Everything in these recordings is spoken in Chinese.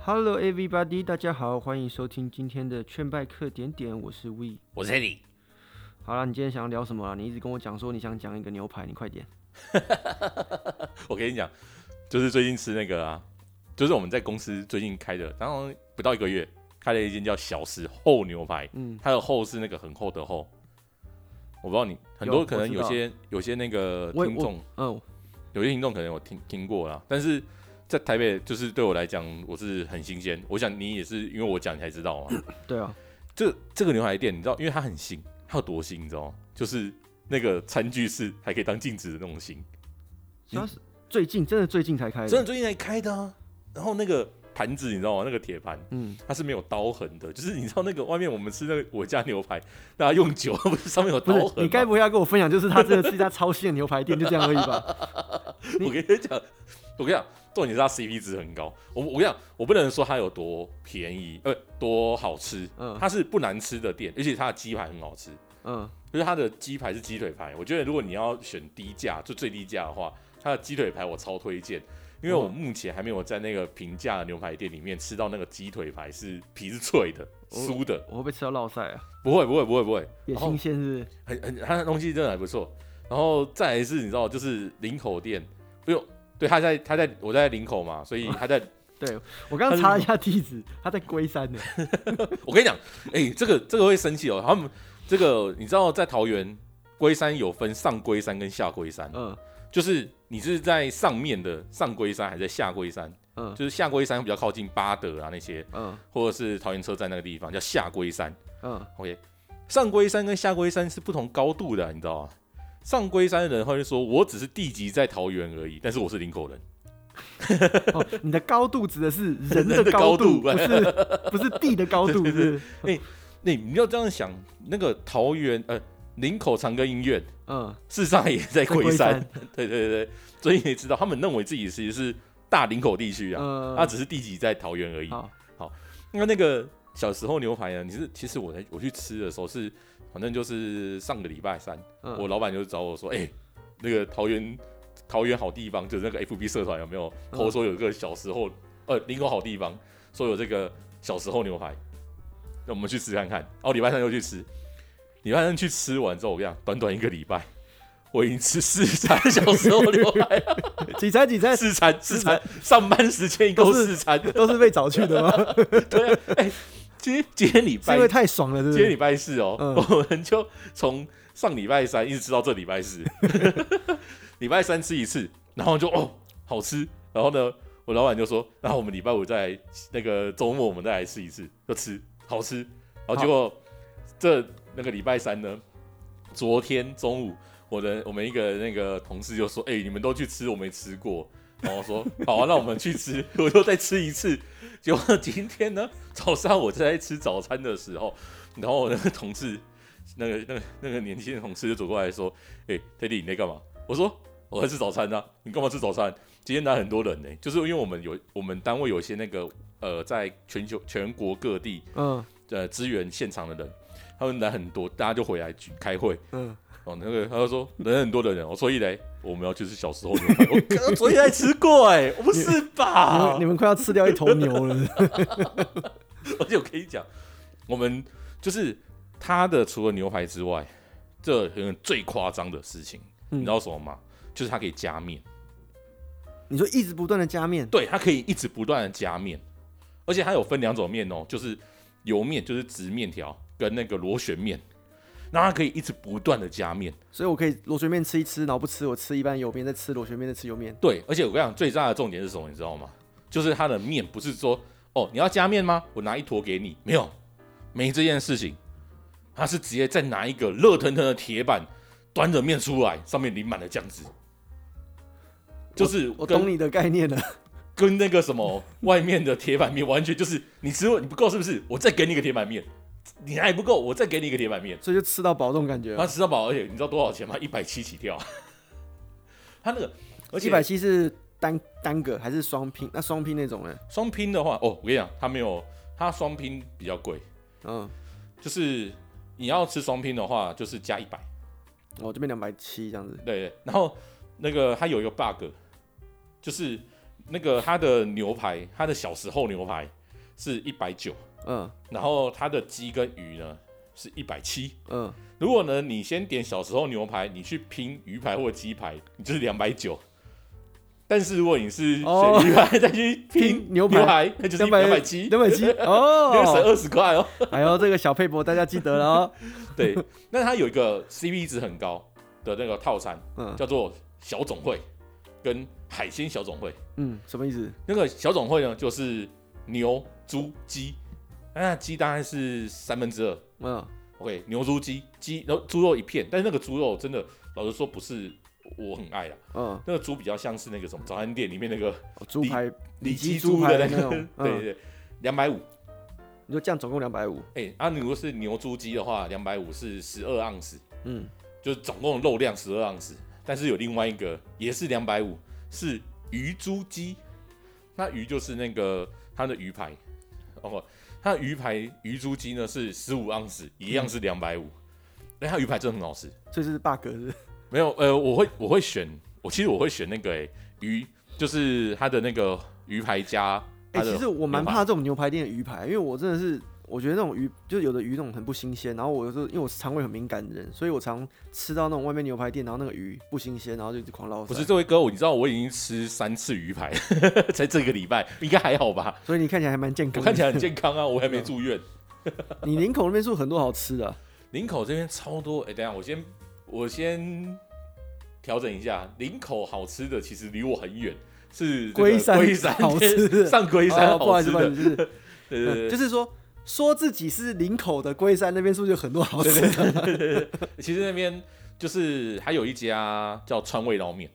Hello everybody，大家好，欢迎收听今天的劝拜课点点，我是 We。我是 Eddie。好啦，你今天想要聊什么啦？你一直跟我讲说你想讲一个牛排，你快点。我跟你讲，就是最近吃那个啊，就是我们在公司最近开的，然后不到一个月开了一间叫小时厚牛排，嗯，它的厚是那个很厚的厚。我不知道你很有多可能我知有道些有些那个我呃听众，哦，有些听众可能有听听过啦，但是在台北就是对我来讲我是很新鲜，我想你也是因为我讲你才知道嘛。对啊，这这个牛排店，你知道，因为它很新，它有多新，你知道吗？就是那个餐具是还可以当镜子的那种新，主要是最近真的最近才开真的的，最近才开的、啊。然后那个盘子，你知道吗？那个铁盘嗯，它是没有刀痕的，就是你知道那个外面我们吃那个我家牛排，大家用久 不是上面有不刀是，痕你该吗？不会要跟我分享就是他真的是一家超新的牛排店，就这样而已 吧？你 我跟你讲，我跟你讲，重点是它 CP 值很高。我我跟你讲，我不能说它有多便宜，呃，多好吃，嗯它是不难吃的店，而且它的鸡排很好吃。嗯，就是它的鸡排是鸡腿排，我觉得如果你要选低价，就最低价的话，它的鸡腿排我超推荐，因为我目前还没有在那个平价的牛排店里面吃到那个鸡腿排是皮是脆的、哦酥的，我会不会吃到落塞啊？不会不会不会不会，也然后新鲜是很很它的东西真的还不错。然后再来是，你知道，就是林口店，不用对，他在他在我在林口嘛，所以他在 不是？对我刚刚查了一下地址，他在龟山 呢。我跟你讲，哎、这个这个会生气哦，他们这个你知道在桃园龟山有分上龟山跟下龟山。嗯就是你是在上面的上龟山还是在下龟山？嗯就是下龟山比较靠近巴德啊那些，嗯或者是桃园车站那个地方叫下龟山。嗯， OK，上龟山跟下龟山是不同高度的啊、你知道吗？上龟山的人他会说，我只是地级在桃园而已，但是我是林口人。哦，你的高度指的是人的人的高 高度，度不是 不是地的高度，是不是？那你要这样想，那个桃园呃林口长庚医院嗯，事实上也在在龟山，， 对对对对，所以你知道他们认为自己其实是大林口地区啊，嗯，他只是地级在桃园而已。好，那那个小时候牛排呢？你是其实我在我去吃的时候是，反正就是上个礼拜三，嗯我老板就找我说，哎、那个桃园桃园好地方，就是那个 FB 社团有没有？嗯我说有一个小时候，呃，林口好地方，说有这个小时候牛排，那我们去吃看看。哦，礼拜三就去吃，礼拜三去吃完之后，我跟你讲，短短一个礼拜。我已经吃四餐小时候牛排 了，几餐几餐四餐四餐，上班时间一共都是四餐。都是被找去的 吗？对啊，哎、今天今天礼是拜因为太爽了，是不今天礼是？拜四哦，嗯我们就从上礼拜三一直吃到这礼拜四，礼拜三吃一次，然后就哦好吃，然后呢，我老板就说，然后我们礼拜五再来，那个周末我们再来吃一次，就吃好吃，然后结果这那个礼拜三呢，昨天中午我的我们一个那个同事就说，哎、你们都去吃，我没吃过。然后我说好啊，那我们去吃，我就再吃一次。结果今天呢，早上我在吃早餐的时候，然后我那个同事，那个那个那个年轻的同事就走过来说：“哎、t e d d y 你在干嘛？”我说：“我在吃早餐啊，你干嘛吃早餐？”今天来很多人呢、就是因为我们有我们单位有一些那个呃，在全球全国各地嗯呃支援现场的人，他们来很多，大家就回来聚开会。嗯，哦，那个他就说人很多的人，我所以嘞，我们要去吃小时候牛 排。我刚刚昨天才吃过哎、我不是你吧们你？们快要吃掉一头牛了， 而且我跟你讲，我们就是他的除了牛排之外，这可能最夸张的事情，嗯你知道什么吗？就是它可以加面，你说一直不断的加面，对，它可以一直不断的加面，而且它有分两种面哦，就是油面，就是直面条，跟那个螺旋面，然后它可以一直不断的加面。所以我可以螺旋面吃一吃，然后不吃我吃一半油面，再吃螺旋面，再吃油面。对，而且我跟你讲，最大的重点是什么，你知道吗？就是它的面不是说哦，你要加面吗？我拿一坨给你，没有，没这件事情。它是直接再拿一个热腾腾的铁板，端着面出来，上面淋满了酱汁，就是我懂跟你的概念了， 跟那个什么外面的铁板面完全就是，你吃过你不够是不是？我再给你一个铁板面，你还不够，我再给你一个铁板面。所以就吃到饱这种感觉然。后吃到饱，而且你知道多少钱吗？一百七起跳。 他那个，而且一百七是单单个还是双拼？那双拼那种呢？双拼的话，哦，我跟你讲，它没有，它双拼比较贵，嗯，就是你要吃双拼的话，就是加一百，我哦这边两百七这样子。对对。然后那个它有一个 bug，就是那个它的牛排，它的小时候牛排，是一百九，嗯然后它的鸡跟鱼呢是一百七。嗯，如果呢你先点小时候牛排，你去拼鱼排或鸡排，你就是两百九。但是如果你是哦选鱼排、再去拼拼牛排排，那就是两百七，两百七 你会省哦。二十块哦。哎呦，这个小佩博大家记得了哦。 对，那它有一个 CP 值很高的那个套餐，嗯叫做小总会跟海鲜小总会。嗯，什么意思？那个小总会呢，就是牛、猪、鸡，那鸡大概是三分之二。嗯 OK，牛、猪、鸡，鸡然后猪肉一片，但是那个猪肉真的，老实说不是我很爱啦，嗯，那个猪比较像是那个什么早餐店里面那个猪排里里脊脊猪猪排的的那个，种，对嗯，对对，两百五。你说这样总共两百五，哎，啊，你如果是牛、猪、鸡的话，两百五是十二盎司，嗯，就是总共肉量十二盎司，但是有另外一个也是两百五，是鱼猪鸡。那鱼就是那个它的鱼排，哦，它的鱼排鱼猪鸡呢是十五盎司，一样嗯是两百五。但它鱼排真的很好吃，这是 bug 是不是没有，呃，我会我会选，我其实我会选那个、欸、鱼，就是它的那个鱼排加哎、它的、其实我蛮怕这种牛排店的鱼排，因为我真的是，我觉得那种鱼就是有的鱼那种很不新鲜，然后我有时候因为我是肠胃很敏感的人，所以我常吃到那种外面牛排店，然后那个鱼不新鲜，然后就一直狂捞不塞。是这位哥，我你知道我已经吃三次鱼排， 才这个礼拜，应该还好吧？所以你看起来还蛮健我康看的。起来很健康啊，我还没住院。 你林口那边是不是很多好吃的啊、林口这边超多，哎、等一下我先我先调整一下，林口好吃的其实离我很远，是这个龟山龟山好吃的 上龟山哦不好好意思，吃不好的，意思，就是、对对对嗯就是说说自己是林口的龟山那边是不是有很多好吃的？对，其实那边就是还有一家叫川味捞面，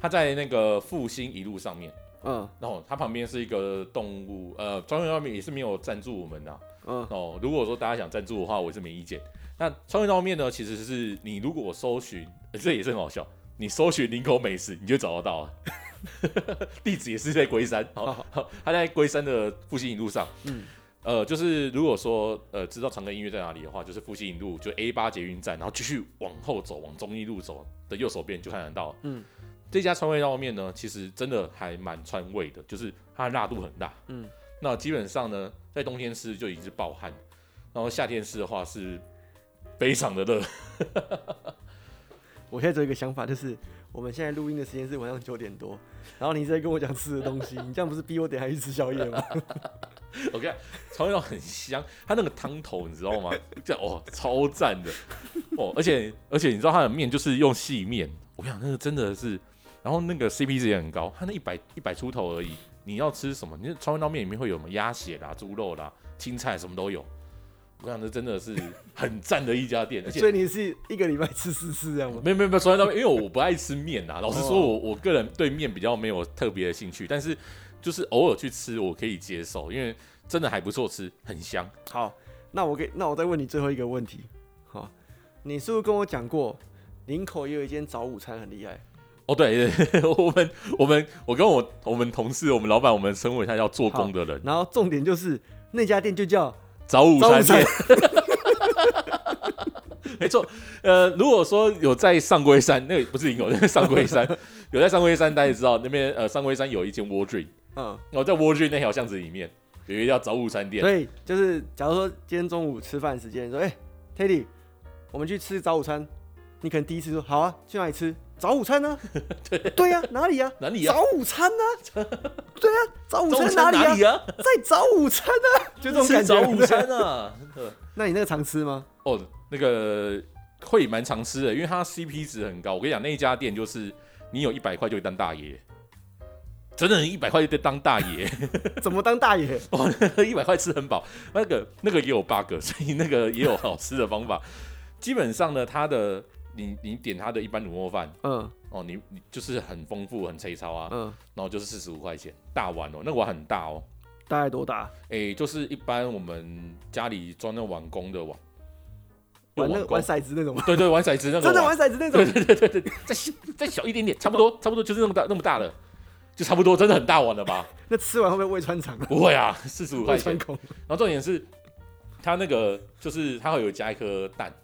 它在那个复兴一路上面，嗯然后它旁边是一个动物，呃，川味捞面也是没有赞助我们的、嗯哦，如果说大家想赞助的话，我是没意见。那川味捞面呢，其实是你如果搜寻、呃这也是很好笑，你搜寻林口美食，你就找得到啊。 地址也是在龟山，好，好它在龟山的复兴一路上。嗯呃，就是如果说呃知道长庚医院在哪里的话，就是复兴一路，就 A 八捷运站，然后继续往后走，往中一路走的右手边你就看得到。嗯，这家川味捞面呢，其实真的还蛮川味的，就是它的辣度很大。嗯，那基本上呢，在冬天吃就已经是暴汗，然后夏天吃的话是非常的热。我现在只有一个想法，就是我们现在录音的时间是晚上九点多，然后你在跟我讲吃的东西，你这样不是逼我等一下去吃宵夜吗？我跟你讲，川味捞很香，它那个汤头你知道吗？这样哦，超赞的哦，而且而且你知道它的面就是用细面，我跟你讲那个真的是，然后那个 CP 值也很高，它那一百一百出头而已。你要吃什么？你那川味捞面里面会有什么鸭血啦、猪肉啦、青菜什么都有。我跟你讲，这真的是很赞的一家店，而且所以你是一个礼拜吃四次这样吗？没有没有没有，说到面，因为我不爱吃 面啊。老实说哦我，我个人对面比较没有特别的兴趣，但是就是偶尔去吃我可以接受，因为真的还不错吃，很香。好，那我给那我再问你最后一个问题，好，你是不是跟我讲过林口也有一间早午餐很厉害？哦，对， 对我们我们我跟我我们同事，我们老板，我们称为他叫做工的人，然后重点就是那家店就叫早午早午餐餐店。 没错，呃，如果说有在上龟山，那个不是林口，那个上 龟山有在上龟山，大家也知道那边呃上龟山有一间 w a r d r e a m 嗯，然后在 w a r d r e a m 那条巷子里面有一个叫早午餐店，所以就是假如说今天中午吃饭时间，你说哎、t e d d y 我们去吃早午餐，你可能第一次说好啊，去哪里吃？早午 餐呢、对对呀、哪里呀、哪里啊早午餐呢、 对呀、早 午中餐餐哪里呀、里啊？在早午餐呢、 就这种感吃觉。早午餐 啊。那你那个常吃吗？ 哦，那个会蛮常吃的，因为它 CP 值很高。我跟你讲，那一家店就是你有一百块就会当大爷，真的，一百块就当大爷， 哦怎么当大爷？一百块吃很饱。那个那个也有 bug，所以那个也有好吃的方法。基本上呢，它的你你点它的一般卤肉饭 嗯哦，你你就是很丰富很粗糙啊，嗯，然后就是四十五块钱大碗哦，那碗很大哦，大概多大？诶、哎就是一般我们家里装那碗公的碗，玩那用个碗公玩骰子那种吗？啊对对，玩骰子那个真的玩碗骰子那种？ 再小再小一点点，差不多，差不多就是那么大那么大了，就差不多，真的很大碗了吧？那吃完会不会胃穿肠啊？不会啊，四十五块胃钱穿。孔？然后重点是，它那个就是它会有加一颗蛋，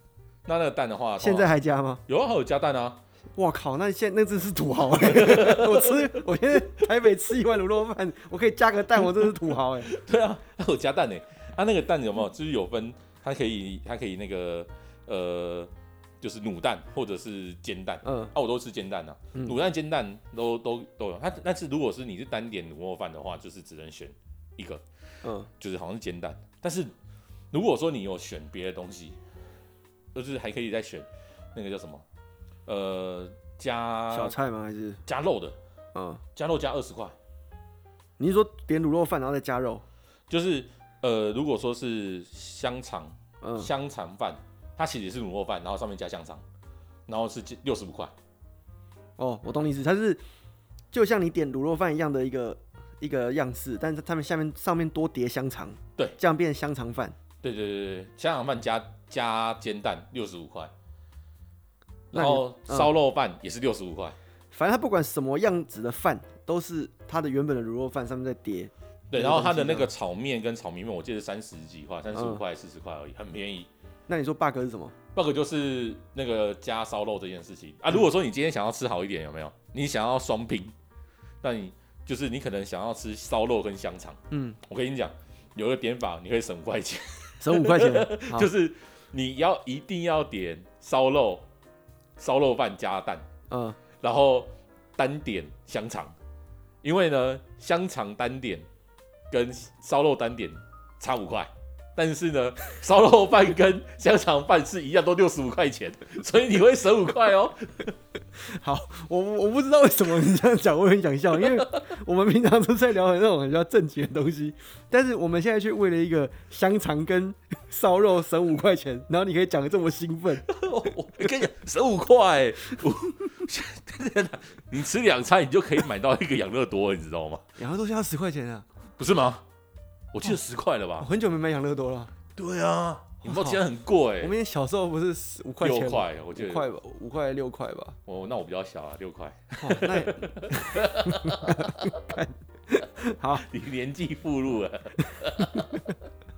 那那个蛋的话，现在还加吗？有啊，还有加蛋啊。哇靠，那现在那真是土豪哎、 我吃，我现在台北吃一碗卤肉饭，我可以加个蛋，我真是土豪哎、对啊，它有加蛋呢、它、那个蛋有没有？就是有分，它可以它可以那个呃，就是卤蛋或者是煎蛋。 嗯，啊，我都吃煎蛋啊，嗯卤蛋、煎蛋都都都有。它但是如果是你是单点卤肉饭的话，就是只能选一个，嗯，就是好像是煎蛋。但是如果说你有选别的东西，就是还可以再选那个叫什么，呃，小加菜吗？还是加肉的，嗯，加肉加二十块。你是说点卤肉饭然后再加肉？就是呃，如果说是香肠、嗯，香肠饭，它其实也是卤肉饭，然后上面加香肠，然后是六十五块。哦，我懂你意思，它是就像你点卤肉饭一样的一个一个样式，但是他们下面上面多叠香肠，对，这样变香肠饭。对对对对，香肠饭加加煎蛋六十五块，那然你后嗯烧肉饭也是六十五块。反正它不管什么样子的饭，都是它的原本的卤肉饭上面再叠。对，那个然后它的东西那呢嗯个炒面跟炒米面，我记得三十几块，三十五块、四十块而已，很便宜。那你说 bug 是什么？ bug 就是那个加烧肉这件事情啊。如果说你今天想要吃好一点，有没有？你想要双拼，那你就是你可能想要吃烧肉跟香肠。嗯，我跟你讲，有一个点法你可以省五块钱，省五块钱，好就是你要一定要点烧肉、烧肉饭加蛋， 嗯然后单点香肠，因为呢香肠单点跟烧肉单点差五块。但是呢， 烧肉饭跟香肠饭是一样，都六十五块钱， 所以你会省五块哦。 我我不知道为什么你这样讲，我很想笑，因为我们平常都在聊很那种很比较正经的东西，但是我们现在却为了一个香肠跟烧肉省五块钱，然后你可以讲的这么兴奋，我我跟你讲，十五块， 我你吃两餐，你就可以买到一个养乐多，你知道吗？养乐多现在十块钱啊！不是吗？我记得十块了我吧？哦很久没买养乐多了，对啊，你不知我道靠现在很贵、我欸，们以前小时候不是五块钱吗，六块，我记五得块吧，五块六块吧。我那我比较小啊，六块。哦、那也看好，你年纪步入了，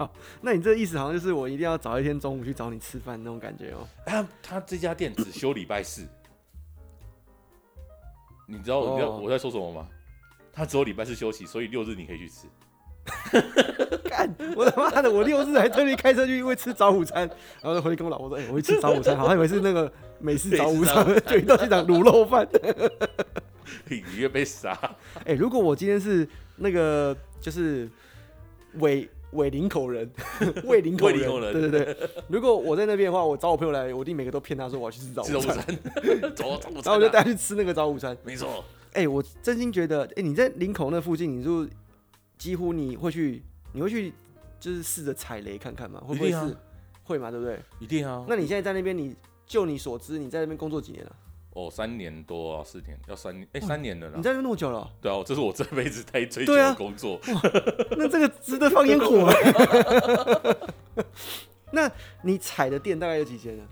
那你这意思好像就是我一定要找一天中午去找你吃饭那种感觉哦。他他这家店只休礼拜四，你知道你知道哦我在说什么吗？他只有礼拜四休息，所以六日你可以去吃。干，我他妈的，我六日还特地开车去，因为吃早午餐，然后就回去跟我老婆说，哎、我去吃早午餐，好像以为是那个美式早午餐 美，就一到现场卤肉饭。你你会被杀。 哎、如果我今天是那个就是伪伪林口人， 伪林口伪林口人人，对对对，如果我在那边的话，我找我朋友来，我一定每个都骗他说我要去吃早吃早午午餐，餐，走早然后午我餐、就啊，带他去吃那个早午餐。没错。哎、我真心觉得，哎、你在林口那附近，你就几乎你会去，你会去就是试着踩雷看看嘛，会不会一是、定啊会嘛，对不对？一定啊！那你现在在那边，你就你所知，你在那边工作几年了？哦，三年多啊，四年，要三年，哎、三年了哦你啦。在那边那么久了哦、对啊，这是我这辈子在追求对啊的工作。那这个值得放烟火、 那你踩的店大概有几间呢？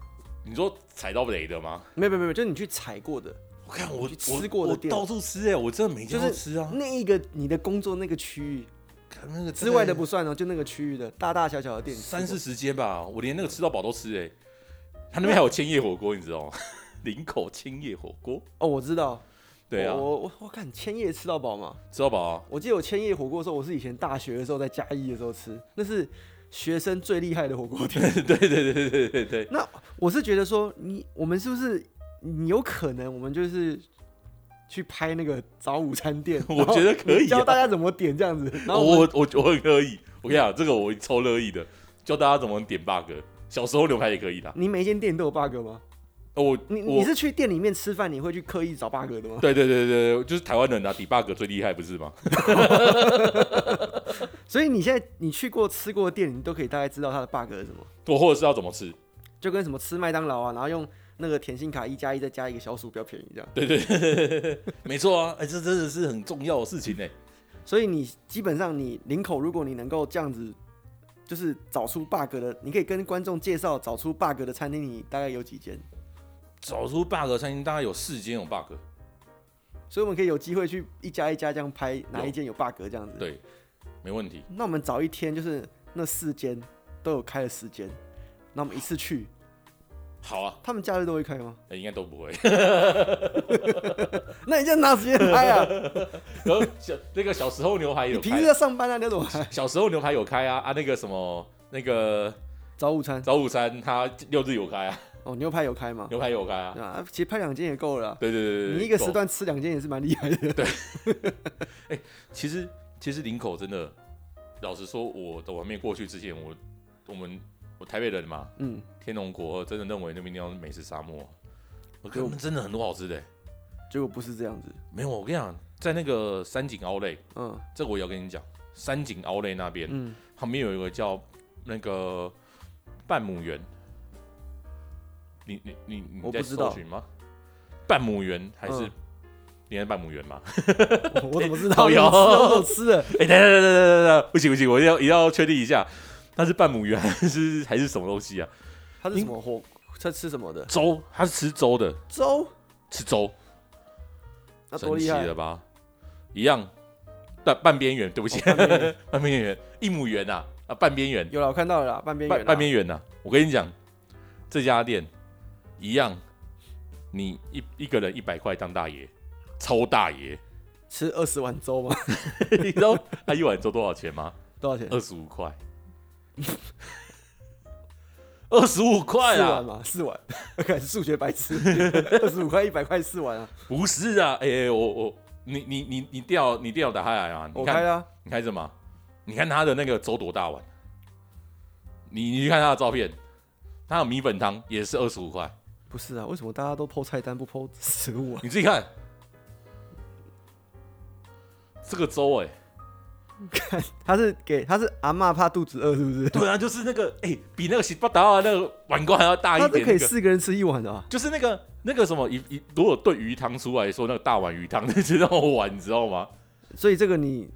你说踩到雷的吗？没有没有没有，就是你去踩过的我看我去吃我过的我店到处吃哎、我真的每天就是都吃啊。那一个你的工作那个区域看那个之外的不算哦，就那个区域的大大小小的店，你吃过三四十间吧，我连那个吃到饱都吃哎、他那边还有千叶火锅，你知道吗？ 林口千叶火锅，哦，我知道。对啊，我我我看千叶吃到饱嘛。吃到饱啊。 我记得我千叶火锅的时候，我是以前大学的时候在嘉义的时候吃，那是学生最厉害的火锅店。对对对对对对对，？那我是觉得说，你我们是不是你有可能，我们就是去拍那个早午餐 店我觉得可以啊然后教大家怎么点这样子。然后我我我我很乐意。我跟你讲，这个我超乐意的，教大家怎么点 bug。小时候牛排也可以的。你每一间店都有 bug 吗？哦我你我你是去店里面吃饭，你会去刻意找 bug 的吗？对对对对，对就是台湾人啊，debug 最厉害不是吗？所以你现在你去过吃过的店，你都可以大概知道它的 bug 是什么，我或者是要怎么吃？就跟什么吃麦当劳啊，然后用那个甜心卡一加一再加一个小鼠标便宜这样。对对对对对，对没错啊，哎、这真的是很重要的事情呢、欸所以你基本上你领口，如果你能够这样子，就是找出 bug 的，你可以跟观众介绍找出 bug 的餐厅，你大概有几间？找出 bug 的餐厅大概有四间有 bug，所以我们可以有机会去一家一家这样拍哪一间有 bug 这样子。对，没问题。那我们找一天，就是那四间都有开了四间，那我们一次去，好啊，他们假日都会开吗？哎应该都不会。那你这样拿时间开啊？然后小那个小时候牛排你 有平时开，在上班啊，你要怎么开？小时候牛排有开啊啊那个什么那个早午餐早午餐它六日有开啊， 哦，牛排有开吗？牛排有开啊对。吧啊，其实拍两间也够了啊。对对对对，你一个够时段吃两间也是蛮厉害的。其实其实林口真的，老实说，我我还没过去之前，我我们我台北人嘛，嗯，天龙国真的认为那边地方是美食沙漠，我觉得我们真的很多好吃的欸、结果不是这样子。没有，我跟你讲，在那个三井奥莱，嗯这个我也要跟你讲，三井奥莱那边、嗯，旁边有一个叫那个半亩园，你你你你我在不知道搜寻吗？半亩园还是、嗯你在半亩园 吗？我我怎么知 道？导游我怎么知道我怎么吃的？哎、等等等等等等等，不行不行，我一定要一定要确定一下，它是半亩园还是还是什么东西啊？它是什么火？它吃什么的？粥，它是吃粥的，粥？吃粥，那多神奇厉害了！吧？一样，半半边缘，对不起，哦半边缘 半边缘，一亩园呐，啊，半边缘，有了，我看到了啦，半边半缘，啊半边缘呐，我跟你讲，这家店一样，你一一个人一百块当大爷，超大爷， 吃二十碗粥吗？你知道他一碗粥多少钱吗？ 多少钱？二十五块， 二十五块四啊碗！嘛，四碗， 看数学白痴， 二十五块一百块四碗啊，不是啊，哎、欸我我你你你你掉你掉打开来啊！你我开看啦、啊，你看什么？你看他的那个粥多大碗？你你去看他的照片，他有米粉汤也是二十五块，不是啊，为什么大家都剖菜单不剖食物啊？ 你自己看。这个粥哎、 他是给他是阿嬷怕肚子饿是不是？对啊，就是那个哎、比那个西巴达瓦那个碗糕还要大他一是点、可那以个四个人吃一碗的啊，就是那个那个什么一一，如果炖鱼汤出来说那个大碗鱼汤，就是那种碗，你知道吗？所以这个你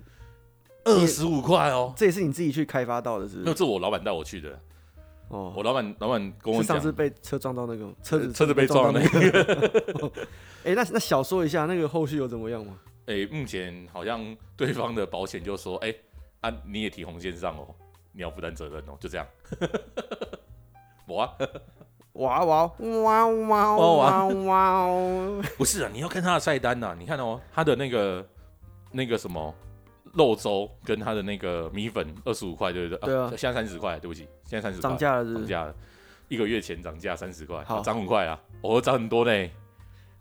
二十五块哦，这也是你自己去开发到的是不那是？这我老板带我去的，哦，我老板老板跟我是讲上，次被车撞到那个吗车子车子被撞的到那个， 哎、那那小说一下那个后续有怎么样吗？哎、目前好像对方的保险就说，哎、啊，你也提红线上哦，你要负担责任哦，就这样。 我啊，哇哇哇哦哇哇哇！哦！不是啊，你要看他的菜单呐、你看哦，他的那个那个什么肉粥跟他的那个米粉二十五块，对不对？对啊现在三十块，对不起，现在三十 块涨，价了是不涨是？价了，一个月前涨价三十块，好涨五块啊，哦，涨很多呢，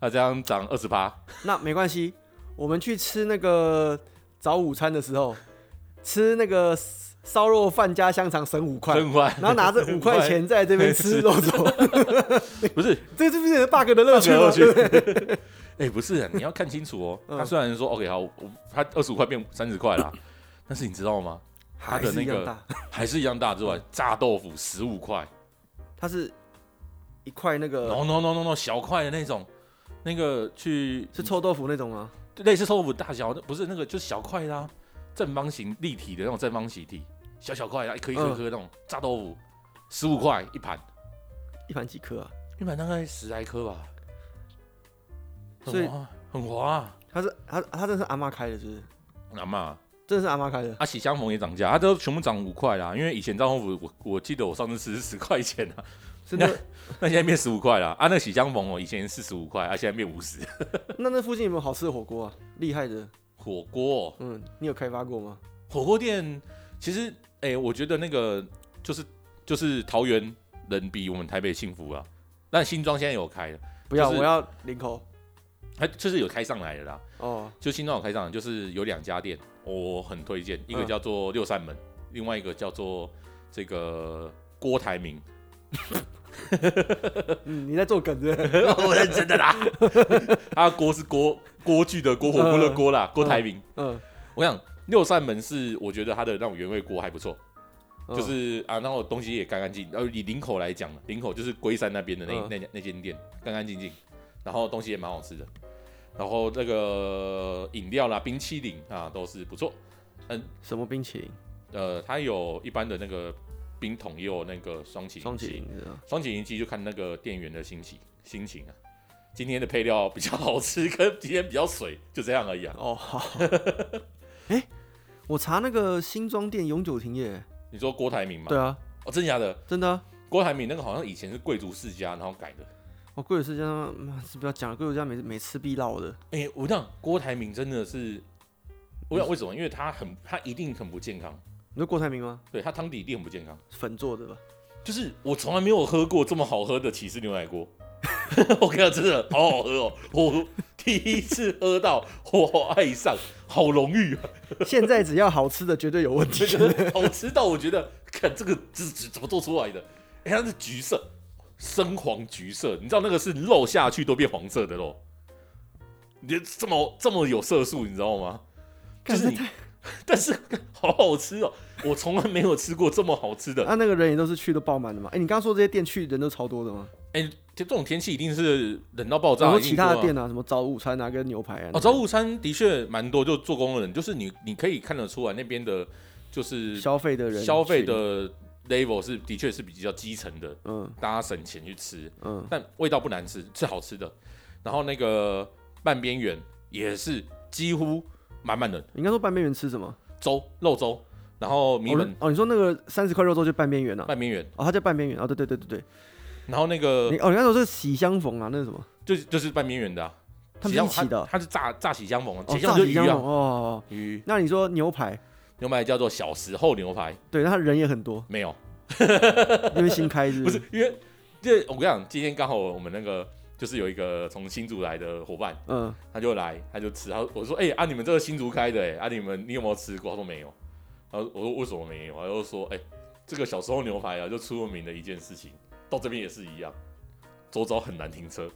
那、这样涨二十八，那没关系，我们去吃那个早午餐的时候，吃那个烧肉饭加香肠省五块，真快，然后拿着五块钱在这边吃肉粽， 不是这是不是 bug 的乐趣乐吗？趣。 哎、不是、啊，你要看清楚哦。嗯他虽然说 OK 好，我他二十五块变三十块啦，但是你知道吗？它还的是那一样个大，还是一样大之外，炸豆腐十五块它是一块那个，no no no no no 小块的那种，那个去是臭豆腐那种吗？类似臭豆腐大小，不是那个就是小块的、啊，正方形立体的那种正方形体，小小块的啊，一颗一颗一颗那种、炸豆腐，十五块一盘，一盘几颗啊？一盘大概十来颗吧，很所以滑啊很滑、啊，它是它它真的是阿妈开的，是不是？难嘛。真的是阿妈开的，啊，喜相逢也涨价，它都全部涨五块啦。因为以前张红府，我我记得我上次吃是十块钱啊，真的。那现在变十五块啦。啊，那喜相逢哦，以前是十五块，啊，现在变五十。那那附近有没有好吃的火锅啊？厉害的，火锅哦，嗯，你有开发过吗？火锅店其实，哎、我觉得那个就是就是桃园人比我们台北幸福啊。但新庄现在有开了，不要，就是我要领口它就是有开上来了啦。哦。就新庄有开上来，就是有两家店，我很推荐，一个嗯叫做六扇门，另外一个叫做这个郭台铭。 嗯，你在做梗对不对？ 我认真的啦。他的锅是锅锅具的锅，火锅的锅啦，郭台铭。嗯，我想六扇门是我觉得它的那种原味锅还不错，嗯就是啊，然后东西也干干净。呃，以林口来讲，林口就是龟山那边的那、嗯那家那间店，干干净净，然后东西也蛮好吃的，然后那个饮料啦、冰淇淋啊都是不错。什么冰淇淋？呃，它有一般的那个冰桶，也有那个双淇淋双淇机淋是吧？双井一季就看那个店员的心情心情啊。今天的配料比较好吃，跟今天比较水，就这样而已啊。哦， 好。哎、我查那个新庄店永久停业，你说郭台铭吗？对啊，哦，真假的？真的啊、郭台铭那个好像以前是贵族世家，然后改的。哦，贵族世家他妈是不要讲了，贵族世家每每次必闹的。哎、我讲郭台铭真的是，我想为什么？因为他很，他一定很不健康，你说郭台铭吗？对他汤底一定很不健康。粉做 的吧？就是我从来没有喝过这么好喝的起司牛奶锅。 我跟你讲，真的好好喝哦！我第一次喝到，我爱上，好荣誉啊！现在只要好吃的绝对有问题 就。觉 得好吃哦到我觉得，看这个这这怎么做出来的？哎、它是橘色，深黄橘色，你知道那个是肉下去都变黄色的咯。你这这么这么有色素，你知道吗？就干是你，但是好好吃哦！我从来没有吃过这么好吃的。啊那、那个人也都是去都爆满的嘛。哎、你刚刚说这些店去人都超多的吗？ 哎、就这种天气一定是冷到爆炸。然后一定其他多的啊店啊，什么早午餐啊，跟牛排啊，哦，早午餐的确蛮多，就做工的人，就是你你可以看得出来那边的，就是消费的人，消费，的 level 是的确是比较基层的，嗯大家省钱去吃，嗯，但味道不难吃，是好吃的。然后那个半边缘也是几乎满满的你刚说半边缘吃什么？粥肉粥，然后米粉哦哦，你说那个三十块肉粥就半边缘啊？半边缘，哦，它叫半边缘哦，对对对对对，然后那个你哦，你刚说是喜相逢啊，那是什么？就是就是半边缘的、啊，他们喜相一起的它它是炸炸喜相逢啊，哦，喜相炸逢就喜是相鱼逢啊，哦哦，哦鱼那你说牛排，牛排叫做小时候牛排，对，那他人也很 多，没有。因为新开是不是，因为这我跟你讲，今天刚好我们那个就是有一个从新竹来的伙伴，嗯，他就来，他就吃，他我说哎、啊你们这个新竹开的哎、啊你们你有没有吃过？他说没有，然后我说为什么没有？他就说哎、这个小时候牛排啊就出了名的一件事情，到这边也是一样。周遭很难停车，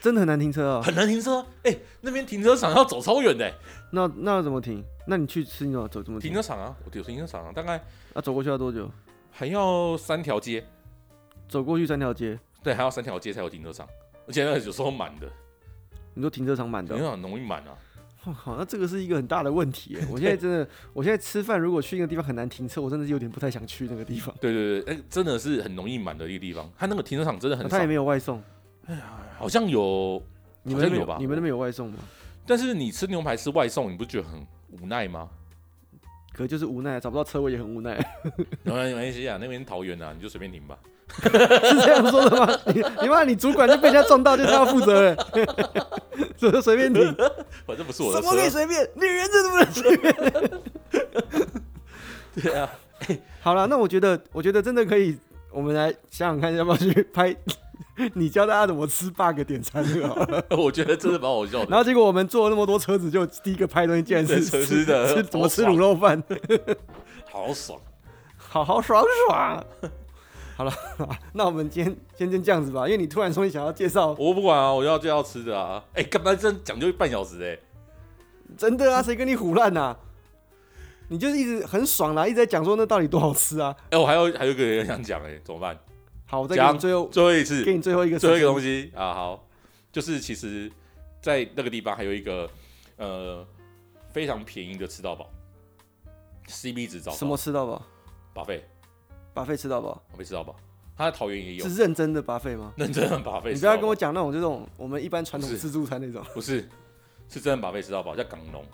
真的很难停车啊、很难停车。哎、那边停车场要走超远的、那那怎么停？那你去吃你怎么走怎么停停？车场啊，我有停车场啊，大概那、走过去要多久？还要三条街，走过去三条街，对，还要三条街才有停车场，而且那个有时候满的，你说停车场满的停哦车，场很容易满啊。我靠，那这个是一个很大的问题耶。我现在真的， 我现在吃饭如果去一个地方很难停车，我真的是有点不太想去那个地方。对对对，哎、真的是很容易满的一个地方。它那个停车场真的很他少也，没有外送，好像有，你们那边有吧你们那边有外送吗？但是你吃牛排吃外送，你不觉得很无 奈吗？可就是无奈，找不到车位也很无奈，没关系没关系啊，那边桃园啊，你就随便停吧。是这样说的吗？你你妈，你主管就被人家撞到，就他要负责了，所以就随便停，什反正不是我的么可以车，随便？女人真的不能随便。 对啊，好了，那我觉得，我觉得真的可以，我们来想想看，要不要去拍你教大家怎么吃 bug 点餐就好了。我觉得真的蛮 好笑的。然后结果我们做了那么多车子，就第一个拍的东西竟然是对吃的吃怎么吃好卤爽肉饭，好爽。好好爽爽。好了，那我们今天先先这样子吧，因为你突然说你想要介绍，我不管啊，我要就要吃的啊。哎、干嘛这样讲究半小时哎、真的啊，谁跟你胡乱呐？你就是一直很爽啊啦，一直在讲说那到底多好吃啊。哎、我还有还有一个人想讲哎、怎么办？好，我再给你讲最后最后一次，给你最后一个最后一个西，东西啊，好，就是其实，在那个地方还有一个呃非常便宜的吃到饱，CB 值找什么吃到饱？把费，把费吃到饱？我没吃到饱，他在桃园也有是，认真的把费吗？认真的把费，你不要跟我讲那种这种我们一般传统不是自助餐那种。不是，是真的把费吃到饱，叫港农，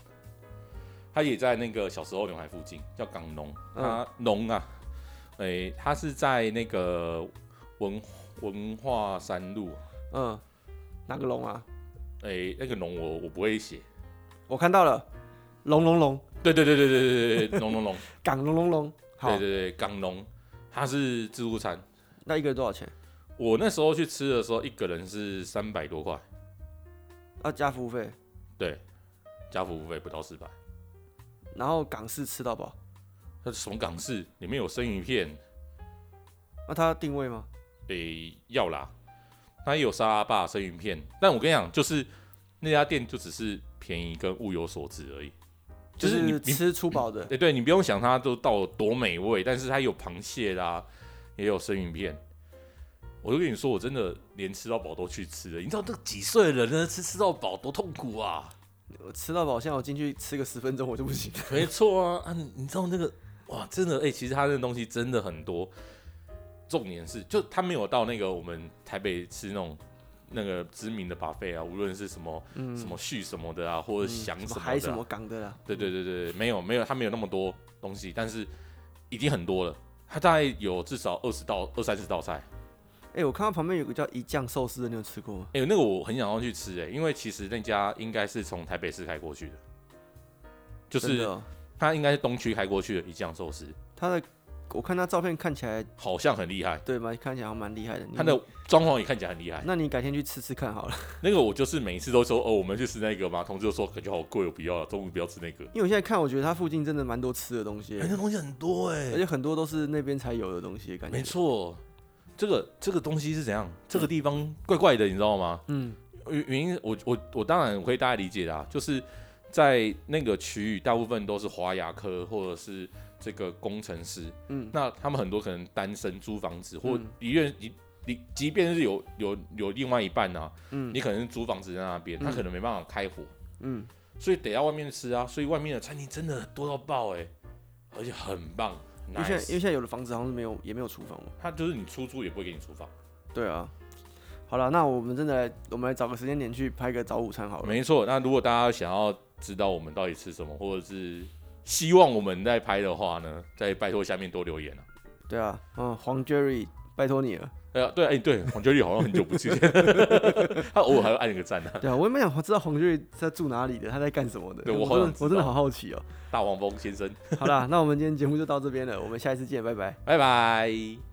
他也在那个小时候牛海附近，叫港农，嗯他农啊，诶、他是在那个文文化山路，嗯，哪个龙啊？诶、那个农我我不会写，我看到了，龙龙龙，对对对对对对 对对，农农农。港龙龙龙。好对，对对，港农，它是自助餐。那一个人多少钱？我那时候去吃的时候，一个人是三百多块，要啊加服务费，对，加服务费不到四百。然后港式吃到饱。它是什么港式？里面有生鱼片，那它定位吗？诶、要啦，它也有沙拉吧生鱼片。但我跟你讲，就是那家店就只是便宜跟物有所值而已，就就是你是你吃粗饱的。对对，你不用想它都到多美味，但是它有螃蟹啦，也有生鱼片。我就跟你说，我真的连吃到饱都去吃了。你知道这几岁的人呢，吃吃到饱多痛苦啊！我吃到饱，现在我进去吃个十分钟我就不行。没错啊，啊，你你知道那个哇，真的哎、其实它那个东西真的很多。重点是，就它没有到那个我们台北吃那种那个知名的 buffet 啊，无论是什么、嗯，什么旭什么的啊，或者翔什什么么海的嗯什啊、么港的啦。对对对对，没有没有，它没有那么多东西，但是已经很多了。它大概有至少二十到二三十道菜。哎、我看到旁边有个叫一酱寿司的，你有吃过吗？哎、那个我很想要去吃哎、因为其实那家应该是从台北市开过去的，就真是的哦它应该是东区开过去的一酱寿司，它的，我看它照片看起来好像很厉害，对吗？看起来还蛮厉害的。你它的装潢也看起来很厉害。那你改天去吃吃看好了， 那个我就是每一次都说哦，我们去吃那个嘛，同事就说感觉好贵，我不要了，中午不要吃那个。因为我现在看，我觉得它附近真的蛮多吃的东西哎、的，那东西很多哎、而且很多都是那边才有的东西，感觉没。错，这个这个东西是怎样？这个地方怪怪的，你知道吗？嗯，原原因我我我当然我可以大概理解啦，就是在那个区域，大部分都是华牙科或者是这个工程师，嗯，那他们很多可能单身租房子，或嗯一院你你即便是有有有另外一半啊，嗯你可能是租房子在那边，他嗯可能没办法开火，嗯，所以得要外面吃啊，所以外面的餐厅真的多到爆哎、而且很棒因为现在因为现，nice，在有的房子好像是没有也没有厨房嘛。他就是你出租也不会给你厨房。对啊，好了，那我们真的来，我们来找个时间点去拍个早午餐好了。没错，那如果大家想要知道我们到底吃什么，或者是希望我们在拍的话呢，再拜托下面多留言啊。对啊，嗯，黄 Jerry，拜托你了。对啊，对，哎、对，黄秋丽好像很久不见， 他偶尔还会按一个赞呢、啊。对啊，我也蛮想知道黄 Jerry 在住哪里的，他在干什么的。对我我好真想的知我真的道好好奇哦、大黄蜂先生，好啦，那我们今天节目就到这边了，我们下一次见，拜拜。拜拜。